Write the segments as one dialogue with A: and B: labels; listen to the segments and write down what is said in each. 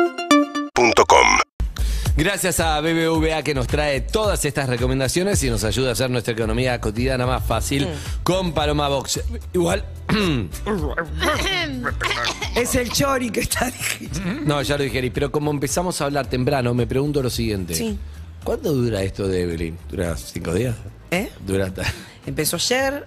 A: UrbanaPlayFM.com
B: Gracias a BBVA que nos trae todas estas recomendaciones y nos ayuda a hacer nuestra economía cotidiana más fácil
C: Mm.
B: con Paloma Box. Igual,
C: Es el chori que está diciendo.
B: no, ya lo dije, pero como empezamos a hablar temprano, me pregunto lo siguiente.
C: Sí.
B: ¿Cuánto dura esto de Evelyn? ¿Dura cinco días?
C: ¿Eh?
B: Dura hasta...
C: Empezó ayer,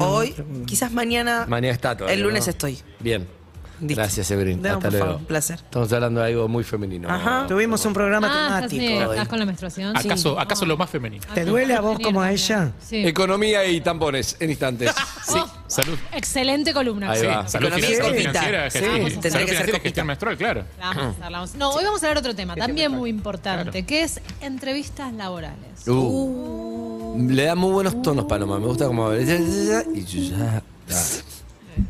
C: hoy, quizás mañana.
B: Mañana está todavía,
C: El lunes
B: ¿no?
C: estoy.
B: Bien.
C: Listo.
B: Gracias, Evelyn.
C: De nada,
B: Hasta
C: por
B: luego.
C: favor, un placer.
B: Estamos hablando de algo muy femenino.
C: Ajá.
D: Tuvimos un programa
E: Ah, estás, bien,
D: temático. hoy.
E: estás con la menstruación.
F: ¿Acaso, acaso lo más femenino?
D: ¿Te duele a vos como a ella?
E: Sí. Oh,
B: Economía y tampones en instantes.
F: Sí, salud.
E: Excelente columna.
B: Ahí
F: Sí,
B: va.
F: salud
C: Economía es
F: financiera, financiera,
C: vital.
F: gestión-
C: Sí, tendría
F: salud
C: que ser
F: financiera y
C: copita.
F: gestión menstrual, claro.
E: La vamos a hablar, vamos- No, hoy vamos a hablar otro tema, también muy importante, que es entrevistas laborales.
B: Uh. Le da muy buenos tonos, Paloma. Me gusta como. Y yo ya- ah,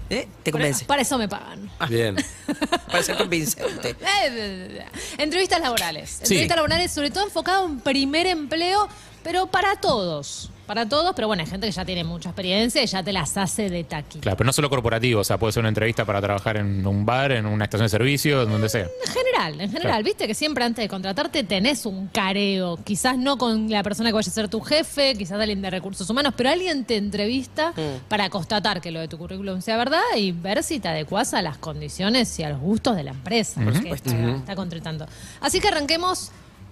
C: ¿Eh? Te
E: Por-
C: convence.
E: Para eso me pagan.
B: Bien.
C: Para ser convincente.
E: Eh, Entrevistas laborales.
F: Sí.
E: Entrevistas laborales, sobre todo enfocado en primer empleo, pero para todos. Para todos, pero bueno, hay gente que ya tiene mucha experiencia y ya te las hace de taquito.
F: Claro, pero no solo corporativo, o sea, puede ser una entrevista para trabajar en un bar, en una estación de servicio, en donde sea.
E: En general, en general,
F: Claro.
E: viste que siempre antes de contratarte tenés un careo, quizás no con la persona que vaya a ser tu jefe, quizás alguien de recursos humanos, pero alguien te entrevista
F: Mm.
E: para constatar que lo de tu currículum sea verdad y ver si te adecuas a las condiciones y a los gustos de la empresa que te está contratando. Así que arranquemos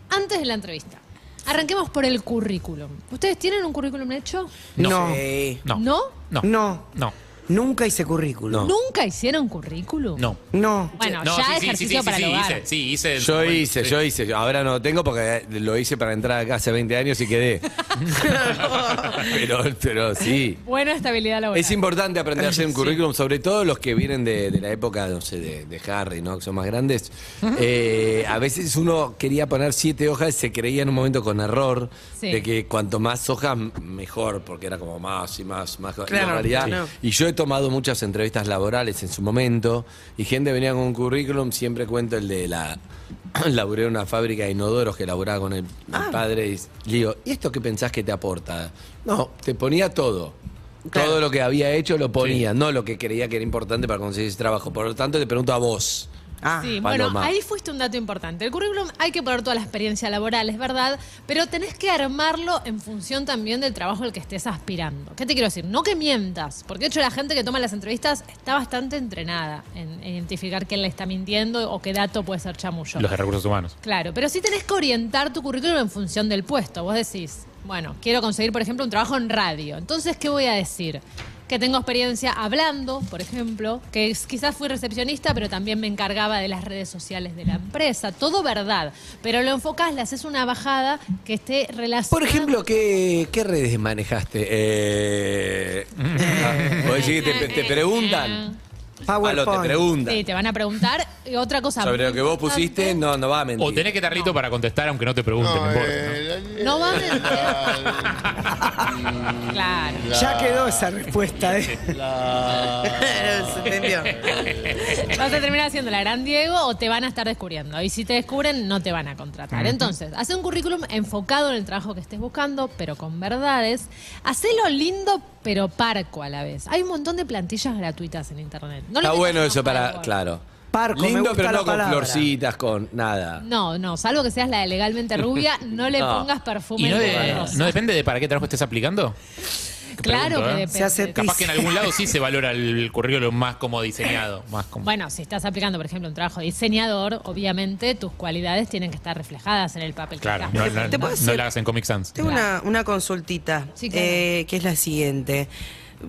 E: antes de la entrevista. Arranquemos por el currículum. ¿Ustedes tienen un currículum hecho?
F: No.
D: Sí.
F: No.
E: ¿No?
F: No.
D: No.
F: No.
D: Nunca hice currículum.
E: ¿Nunca hicieron currículum?
F: No.
D: No.
E: Bueno,
F: No,
E: ya
F: sí, sí, sí,
E: ejercicio
F: sí,
E: para
F: sí,
E: el hogar.
F: hice, sí, hice. en su
B: Yo
F: momento,
B: hice,
F: sí.
B: yo hice. Ahora no tengo porque eh, lo hice para entrar acá hace 20 años y quedé. pero, pero sí.
E: Buena estabilidad laboral.
B: Es importante aprender a hacer un currículum, sobre todo los que vienen de, de la época, no sé, de, de Harry, ¿no? Que son más grandes. Eh, a veces uno quería poner siete hojas y se creía en un momento con error
E: Sí.
B: de que cuanto más hojas, mejor, porque era como más y más, más. y en
C: Claro,
B: realidad.
C: claro.
B: Y yo he tomado muchas entrevistas laborales en su momento y gente venía con un currículum, siempre cuento el de la... Laburé en una fábrica de inodoros que laburaba con el, mi
C: Ah.
B: padre y le digo, ¿y esto qué pensás que te aporta? No, te ponía todo.
C: Claro.
B: Todo lo que había hecho lo ponía, no lo que creía que era importante para conseguir ese trabajo. Por lo tanto, te pregunto a vos.
D: Ah,
E: Sí, bueno,
B: Paloma.
E: ahí fuiste un dato importante. El currículum hay que poner toda la experiencia laboral, es verdad, pero tenés que armarlo en función también del trabajo al que estés aspirando. ¿Qué te quiero decir? No que mientas, porque de hecho la gente que toma las entrevistas está bastante entrenada en identificar quién le está mintiendo o qué dato puede ser chamullo.
F: Los de recursos humanos.
E: Claro, pero sí tenés que orientar tu currículum en función del puesto. Vos decís, bueno, quiero conseguir, por ejemplo, un trabajo en radio. Entonces, ¿qué voy a decir? Que tengo experiencia hablando, por ejemplo, que es- quizás fui recepcionista, pero también me encargaba de las redes sociales de la empresa. Todo verdad. Pero lo enfocás, le haces una bajada que esté relacionada.
C: Ah.
B: Por ejemplo, ¿qué, qué redes manejaste? Eh, ah, vos decís que te, te preguntan. Pablo, te
F: Ah,
D: PowerPoint.
B: preguntan.
E: Sí, te van a preguntar y otra cosa.
B: Sobre
E: muy
B: lo que vos
E: importante,
B: pusiste, no, no va a mentir.
F: O tenés que estar listo para contestar aunque no te pregunten, no, importa. ¿no?
E: No va a Claro.
D: Ya quedó esa respuesta, ¿eh?
C: Se entendió.
E: Vas a terminar haciendo la gran Diego o te van a estar descubriendo. Y si te descubren, no te van a contratar. Entonces, hace un currículum enfocado en el trabajo que estés buscando, pero con verdades. Hacelo lindo, pero parco a la vez. Hay un montón de plantillas gratuitas en internet. No le
B: Está
E: metas ¿eh?
B: bueno
E: más
B: eso para,
E: juego.
B: claro.
D: Parco, me
B: Lindo,
D: gusta
B: pero
D: la
B: no con
D: palabra.
B: florcitas, con nada.
E: No, no, salvo que seas la de legalmente rubia, no le
B: No.
E: pongas perfume
F: ¿Y no,
E: en
F: de-
E: tu ropa.
F: no depende de para qué trabajo estés aplicando? Qué
E: Claro
F: pregunto,
E: que
F: ¿eh?
E: depende.
D: Se hace
F: Capaz que en algún lado sí se valora el currículum más como diseñado. Más como...
E: Bueno, si estás aplicando, por ejemplo, un trabajo de diseñador, obviamente tus cualidades tienen que estar reflejadas en el papel
F: claro,
E: que
F: no,
E: estás
F: no,
C: ¿Te puedo
F: no
C: decir?
F: la hagas en Comic Sans.
C: Tengo una, una consultita,
E: Sí, claro.
C: eh, que es la siguiente.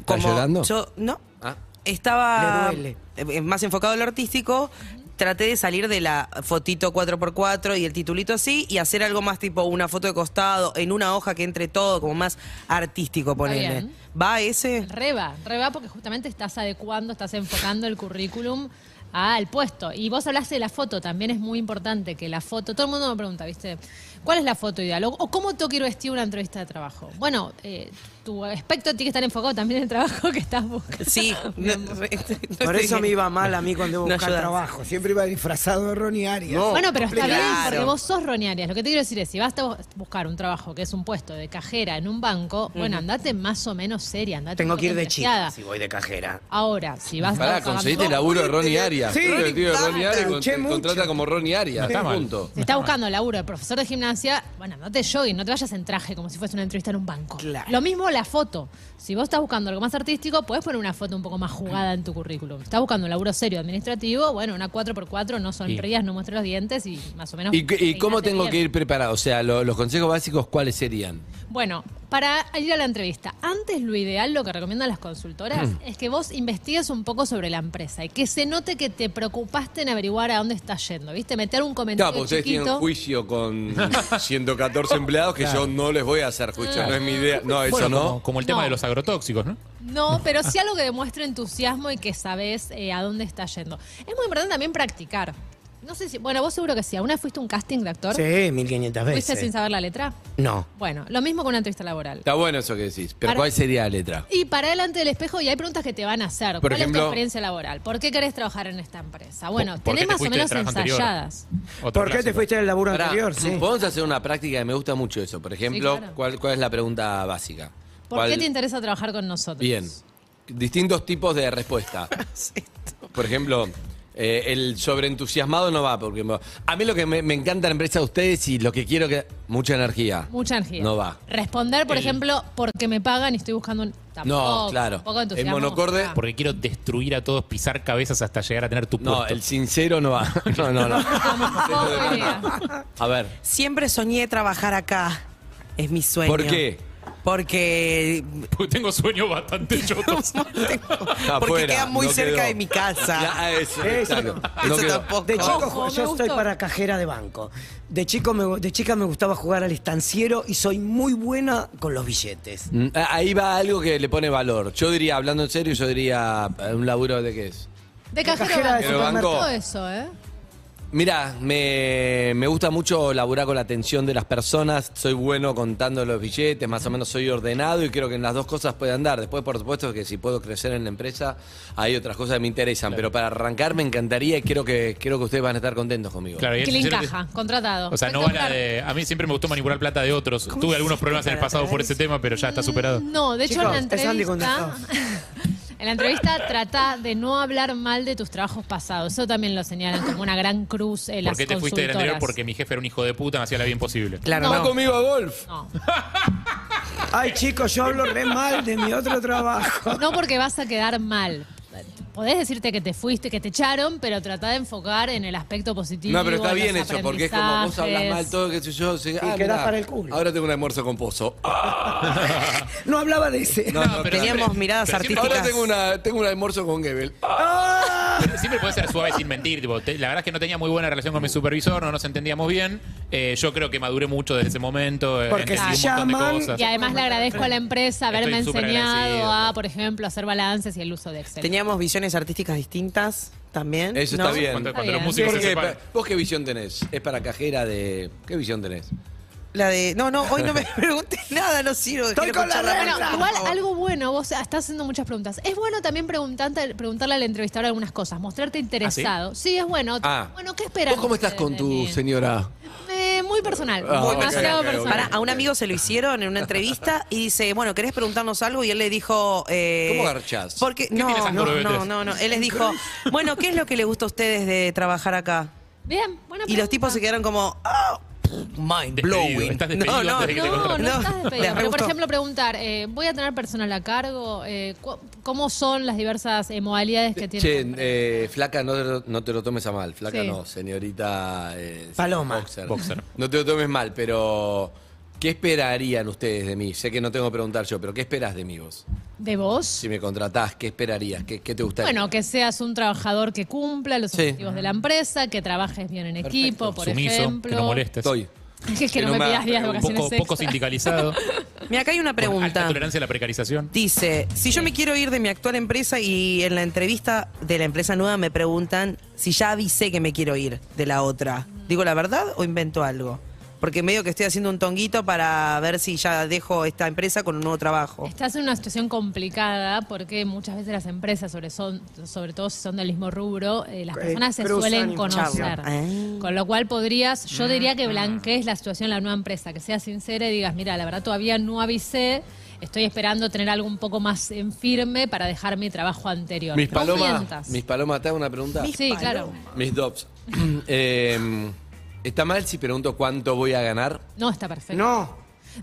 B: llorando?
C: Yo, no.
B: Ah.
C: Estaba
D: Le duele.
C: eh, más enfocado en lo artístico. Traté de salir de la fotito 4x4 y el titulito así y hacer algo más tipo una foto de costado en una hoja que entre todo, como más artístico, ponele.
E: bien.
C: ¿Va ese?
E: Reba, reba porque justamente estás adecuando, estás enfocando el currículum al puesto. Y vos hablaste de la foto, también es muy importante que la foto, todo el mundo me pregunta, ¿viste? ¿Cuál es la foto ideal? ¿O o cómo tengo que ir vestido a una entrevista de trabajo? Bueno, eh, tu aspecto tiene que estar enfocado también en el trabajo que estás buscando.
C: Sí, no- re- no
D: Por
C: sé
D: eso
C: qué.
D: me iba mal a mí cuando iba a
C: No
D: buscar
C: ayudas.
D: trabajo. Siempre iba disfrazado de Ronnie Arias.
B: No,
E: bueno, pero está bien
C: complicado.
E: porque vos sos Ronnie Arias. Lo que te quiero decir es, si vas a buscar un trabajo que es un puesto de cajera en un banco, bueno, andate más o menos seria, andate
D: Tengo
E: un
D: que ir
E: poco
D: de chica
E: empleada.
D: si voy de cajera.
E: Ahora, si vas
B: Pará, conseguiste el laburo de Ronnie Arias.
D: Sí,
B: el tío de Ronnie Arias con-
D: escuché
B: te contrata
D: mucho.
B: como Ronnie Arias.
F: No está mal.
B: Punto.
E: Si estás buscando laburo de profesor de gimnasia, bueno, no te jogging, no te vayas en traje como si fuese una entrevista en un banco.
D: Claro.
E: Lo mismo la foto. Si vos estás buscando algo más artístico, puedes poner una foto un poco más jugada en tu currículum. Si estás buscando un laburo serio administrativo, bueno, una 4x4, no sonrías, no muestres los dientes y más o menos.
B: ¿Y, qué- y cómo
E: peinate
B: tengo
E: bien.
B: que ir preparado? O sea, lo- los consejos básicos, ¿cuáles serían?
E: Bueno, para ir a la entrevista, antes lo ideal, lo que recomiendan las consultoras,
B: Mm.
E: es que vos investigues un poco sobre la empresa y que se note que te preocupaste en averiguar a dónde estás yendo, ¿viste? Meter un comentario
B: Claro, porque ustedes tienen
E: chiquito.
B: juicio con 114 empleados que yo no les voy a hacer juicio, no es mi idea. No, Ah, eso
F: Bueno,
B: no.
F: Como, como el tema
E: No.
F: de los agrotóxicos, ¿no?
E: No, pero sí algo que demuestre entusiasmo y que sabes eh, a dónde estás yendo. Es muy importante también practicar. No sé si, bueno, vos seguro que sí. ¿Alguna vez fuiste a un casting de actor?
D: Sí, 1500
E: ¿Fuiste sin
D: veces.
E: saber la letra?
D: No.
E: Bueno, lo mismo con una entrevista laboral.
B: Está bueno eso que decís, pero
E: Para-
B: ¿cuál sería la letra?
E: Y para delante del espejo y hay preguntas que te van a hacer.
B: Por
E: ¿Cuál es
B: ejemplo-
E: tu experiencia laboral? ¿Por qué querés trabajar en esta empresa? Bueno,
F: ¿Por- por qué
E: tenés
F: te
E: más o
F: fuiste
E: menos
F: del trabajo anterior?
E: ensayadas.
F: Otro
D: ¿Por qué te
F: clásico.
D: fuiste del laburo
B: Pará,
D: anterior? Sí.
B: Podemos hacer una práctica que me gusta mucho eso. Por ejemplo,
E: claro.
B: ¿cuál, cuál es la pregunta básica?
E: ¿Por
B: ¿Cuál-
E: qué te interesa trabajar con nosotros?
B: Bien. Distintos tipos de respuesta. Por ejemplo, eh, el sobreentusiasmado no va, porque me- a mí lo que me, me encanta la empresa de ustedes y lo que quiero que... Mucha energía.
E: Mucha energía.
B: No va.
E: Responder, por ejemplo, porque me pagan y estoy buscando un. Tampoco,
B: claro.
E: un poco de
B: El
E: entusiasmo.
B: monocorde-
E: Ah.
F: Porque quiero destruir a todos, pisar cabezas hasta llegar a tener tu puesto.
B: No, el sincero no va. No, no, no.
E: Tampoco idea.
B: A ver,
C: Siempre soñé trabajar acá. Es mi sueño.
B: ¿por qué?
C: Porque.
F: Porque tengo sueños bastante chotos.
C: porque
B: Afuera,
C: queda muy
B: no
C: cerca
B: quedó.
C: de mi casa.
B: Ya, eso,
D: Eso-
B: claro. No
C: Eso
B: quedó.
C: tampoco.
D: De chico,
E: Ojo, me
D: yo
E: gustó.
D: estoy para cajera de banco. De, chico me- de chica me gustaba jugar al estanciero y soy muy buena con los billetes.
B: Mm, a- Ahí va algo que le pone valor. Yo diría, hablando en serio, yo diría eh, un laburo de qué es.
E: De cajero
D: cajera de
E: banco.
B: supermercado.
E: Todo eso, ¿eh?
B: Mira, me, me gusta mucho laburar con la atención de las personas. Soy bueno contando los billetes, más o menos soy ordenado y creo que en las dos cosas puede andar. Después, por supuesto, que si puedo crecer en la empresa, hay otras cosas que me interesan. Pero para arrancar me encantaría y crquiero que, creo que ustedes van a estar contentos conmigo.
F: Claro, y
E: Que
F: el
E: le
F: sincero-
E: encaja, contratado.
F: O sea, no va la de. A mí siempre me gustó manipular plata de otros. Tuve algunos problemas en el pasado por ese tema, pero ya está superado.
E: No, de hecho en
D: Chicos,
E: la
D: es Andy
E: entrevista. En la entrevista trata de no hablar mal de tus trabajos pasados. Eso también lo señalan como una gran cruz en las
F: ¿Por qué te fuiste del anterior?
E: consultoras.
F: Porque mi jefe era un hijo de puta, me hacía la vida imposible.
C: Claro,
E: No.
B: Va
C: no.
B: conmigo a golf.
E: No.
D: Ay, chicos, yo hablo re mal de mi otro trabajo.
E: No porque vas a quedar mal. Podés decirte que te fuiste, que te echaron, pero trata de enfocar en el aspecto positivo.
B: No, pero está
E: en los
B: bien eso, porque es como vos hablas
E: aprendizajes.
B: mal, todo, qué sé yo. se- ah,
D: quedás
B: mirá,
D: para el culo.
B: Ahora tengo un almuerzo con pozo. Ah,
D: No hablaba de ese.
B: no, no,
F: pero
C: Teníamos
F: siempre-
C: miradas
F: pero siempre-
B: ahora
C: artísticas.
B: tengo, una, tengo un almuerzo con Gebel. Ah,
F: Siempre puede ser suave sin mentir. tipo, te- la verdad es que no tenía muy buena relación con mi supervisor, no nos entendíamos bien. Eh, yo creo que maduré mucho desde ese momento. eh,
D: Porque
F: entendí
D: se
F: un montón
D: llaman-
F: de cosas.
E: Y además le agradezco a la empresa haberme
F: Estoy súper
E: enseñado
F: agradecido.
E: a, por ejemplo, hacer balances y el uso de Excel.
C: Teníamos visiones artísticas distintas también.
B: Eso
C: ¿no?
B: está bien.
F: Cuando, cuando
E: Está
F: los
E: bien.
F: músicos
B: ¿Por
F: se
B: qué?
F: separan.
B: Pa- ¿Vos qué visión tenés? Es para cajera de. ¿Qué visión tenés?
C: La de. No, no, hoy no me preguntes nada, no sirvo.
D: Estoy
C: quiero
D: con la
C: escuchar
D: regla.
C: pregunta,
E: Bueno,
C: por
E: igual
C: favor.
E: algo bueno, vos estás haciendo muchas preguntas. Es bueno también preguntante- preguntarle al entrevistador algunas cosas, mostrarte interesado. sí? es bueno.
B: Ah.
E: Bueno, ¿qué esperas?
B: ¿Vos cómo estás con tu señora?
E: Eh, muy personal,
B: Ah,
E: muy
B: ok,
E: demasiado
B: ok, ok.
E: personal.
C: Pará, a un amigo se lo hicieron en una entrevista y dice, bueno, ¿querés preguntarnos algo? Y él le dijo... eh,
B: ¿Cómo garchás?
C: Porque, no,
F: tienes
C: no,
F: anguro,
C: no,
F: Beatriz?
C: no, no. Él les dijo, bueno, ¿qué es lo que les gusta a ustedes de trabajar acá?
E: Bien, buena
C: Y los
E: pregunta.
C: tipos se quedaron como, "Ah, mind
F: Despedido,
C: blowing.
F: estás despedido
C: no,
F: antes de que te
E: No, no,
F: contraten.
C: No,
E: estás despedido.
C: les re
E: Pero, por
C: gustó.
E: ejemplo, preguntar, eh, voy a tener personal a cargo, Eh, cu- ¿cómo son las diversas eh, modalidades que tiene?
B: Che,
E: la empresa?
B: eh, flaca, no te, lo, no te lo tomes a mal. Flaca
E: Sí.
B: no, señorita. eh,
D: Paloma.
B: Boxer.
F: Boxer.
B: No te lo tomes mal, pero. ¿Qué esperarían ustedes de mí? Sé que no tengo que preguntar yo, pero ¿qué esperás de mí vos?
E: ¿De vos?
B: Si me contratás, ¿qué esperarías? ¿Qué, qué te gustaría?
E: Bueno, que seas un trabajador que cumpla los
B: Sí.
E: objetivos de la empresa, que trabajes bien en equipo, por
F: Sumiso,
E: ejemplo.
F: que no molestes.
B: Estoy.
E: Que,
B: Que
E: no
B: no
E: me
B: me-
E: pidas días de
B: un
E: vacaciones
F: Poco, poco
E: extra.
F: sindicalizado.
C: Mira, acá hay una
F: con alta
C: pregunta.
F: tolerancia a la precarización.
C: Dice, si yo me quiero ir de mi actual empresa y en la entrevista de la empresa nueva me preguntan si ya avisé que me quiero ir de la otra, ¿digo la verdad o invento algo? Porque medio que estoy haciendo un tonguito para ver si ya dejo esta empresa con un nuevo trabajo.
E: Estás en una situación complicada porque muchas veces las empresas, sobre, son, sobre todo si son del mismo rubro, eh, las
D: Eh,
E: personas se
D: cruzan
E: suelen
D: y-
E: conocer.
C: Chau. Ah.
E: Con lo cual podrías, yo
B: Mm,
E: diría que blanquees la situación en la nueva empresa, que seas sincera y digas, mira, la verdad todavía no avisé, estoy esperando tener algo un poco más en firme para dejar mi trabajo anterior.
B: Mis
E: No
B: palomas,
E: mientas.
B: mis palomas, ¿te hago una pregunta?
E: Sí, claro.
B: Mis dobs. Eh, ¿Está mal si pregunto cuánto voy a ganar?
E: No, está perfecto.
D: No.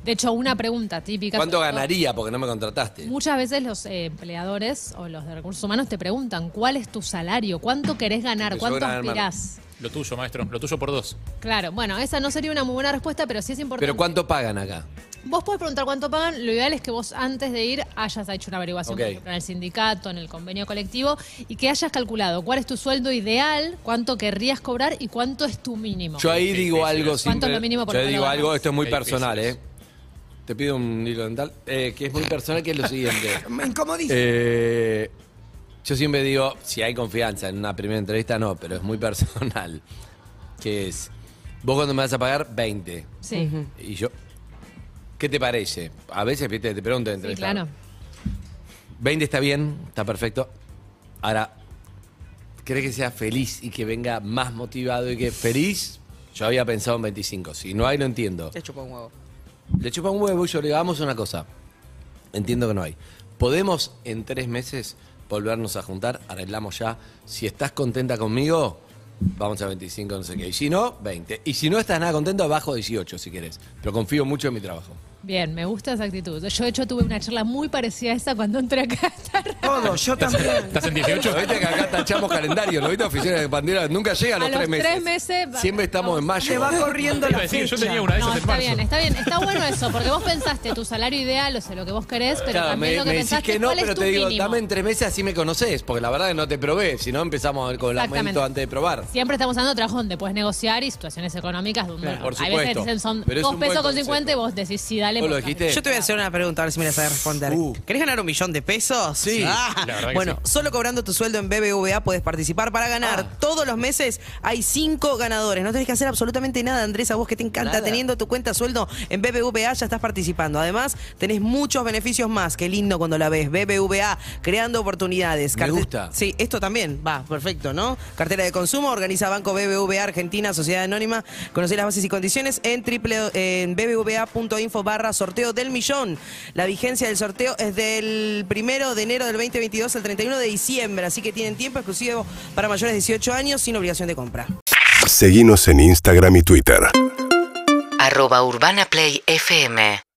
E: De hecho, una pregunta típica.
B: ¿Cuánto
E: sobre todo,
B: ganaría? Porque no me contrataste.
E: Muchas veces los eh, empleadores o los de recursos humanos te preguntan cuál es tu salario, cuánto querés ganar,
B: Porque
E: cuánto
B: sobran armas.
E: aspirás.
F: Lo tuyo, maestro. Lo tuyo por dos.
E: Claro, bueno, esa no sería una muy buena respuesta, pero sí es importante.
B: Pero ¿cuánto pagan acá?
E: Vos podés preguntar cuánto pagan, lo ideal es que vos antes de ir hayas hecho una averiguación
B: Ok.
E: por ejemplo, en el sindicato, en el convenio colectivo y que hayas calculado cuál es tu sueldo ideal, cuánto querrías cobrar y cuánto es tu mínimo.
B: Yo ahí
F: Qué
B: digo
F: difícil
B: algo
E: ¿Cuánto
F: es.
B: siempre.
E: es lo mínimo por
B: yo
E: lo que
B: digo
E: lo
B: algo,
E: ganas?
B: esto es muy
F: Qué
B: personal,
F: difícil
B: ¿eh? Te pido un hilo dental, eh, que es muy personal, que es lo siguiente.
D: Me incomodísimo.
B: Eh, yo siempre digo, si hay confianza en una primera entrevista, no, pero es muy personal. Que es, vos cuando me vas a pagar 20.
E: Sí,
B: Y yo, ¿qué te parece? A veces viste, te pregunto en
E: sí,
B: entrevista.
E: claro.
B: 20 está bien, está perfecto. Ahora, ¿crees que sea feliz y que venga más motivado y que feliz? Yo había pensado en 25. Si no hay, no entiendo.
C: Te chupa un huevo.
B: Le chupa un huevo y yo le digo, hagamos una cosa. Entiendo que no hay. ¿Podemos en tres meses volvernos a juntar? Arreglamos ya. Si estás contenta conmigo, vamos a 25, no sé qué. Y si no, 20. Y si no estás nada contento, abajo 18 si querés. Pero confío mucho en mi trabajo.
E: Bien, me gusta esa actitud. Yo, de hecho, tuve una charla muy parecida a esa cuando entré acá.
D: Todo, yo también.
F: ¿Estás en
B: ¿Lo
F: 18?
B: viste que acá tachamos calendario? ¿Lo viste oficinas de pandera? Nunca llega a los,
E: A los
B: tres meses.
E: tres meses,
B: Siempre estamos en
D: Se
B: mayo.
D: va corriendo
F: Iba a
D: la
F: decir, yo
D: fecha.
F: tenía una de esas
E: No,
F: en
E: está
F: marzo.
E: bien, está bien. Está bueno eso, porque vos pensaste tu salario ideal, o sea, lo que vos querés, pero
B: Claro,
E: también
B: me,
E: lo que
B: me decís
E: pensaste
B: que no,
E: cuál
B: pero
E: es tu
B: te digo,
E: mínimo.
B: dame en tres meses así me conoces, porque la verdad que no te probé, si no empezamos con el
E: Exactamente.
B: aumento antes de probar.
E: Siempre estamos hablando de trabajos donde puedes negociar y situaciones económicas donde
B: Claro, por
E: a veces
B: supuesto.
E: dicen son
B: Pero es
E: dos
B: un buen
E: pesos con
B: concepto.
E: 50 y vos decís sí, dale.
B: ¿Vos lo
E: por favor.
B: dijiste?
E: Yo-
C: Yo te voy a hacer una pregunta, a ver si me la sabes responder.
B: Uh.
C: ¿Querés ganar un millón de pesos?
B: Sí.
C: Ah.
F: La verdad que
C: Bueno,
F: sí.
C: solo cobrando tu sueldo en BBVA puedes participar para ganar.
B: Ah.
C: Todos los meses hay cinco ganadores. No tenés que hacer absolutamente nada, Andrés, a vos que te encanta.
B: Nada.
C: Teniendo tu cuenta sueldo en BBVA ya estás participando. Además, tenés muchos beneficios más. Qué lindo cuando la ves. BBVA, creando oportunidades.
B: Me
C: Carte-
B: gusta.
C: Sí, esto también va, perfecto, ¿no? Cartera de consumo, organiza Banco BBVA Argentina, Sociedad Anónima. Conocé las bases y condiciones en, triple, en bbva.info barra sorteo del millón. La vigencia del sorteo es del primero de enero del 2022 al 31 de diciembre, así que tienen tiempo exclusivo para mayores de 18 años sin obligación de compra.
A: Seguinos en Instagram y Twitter.
G: arroba urbanaplayfm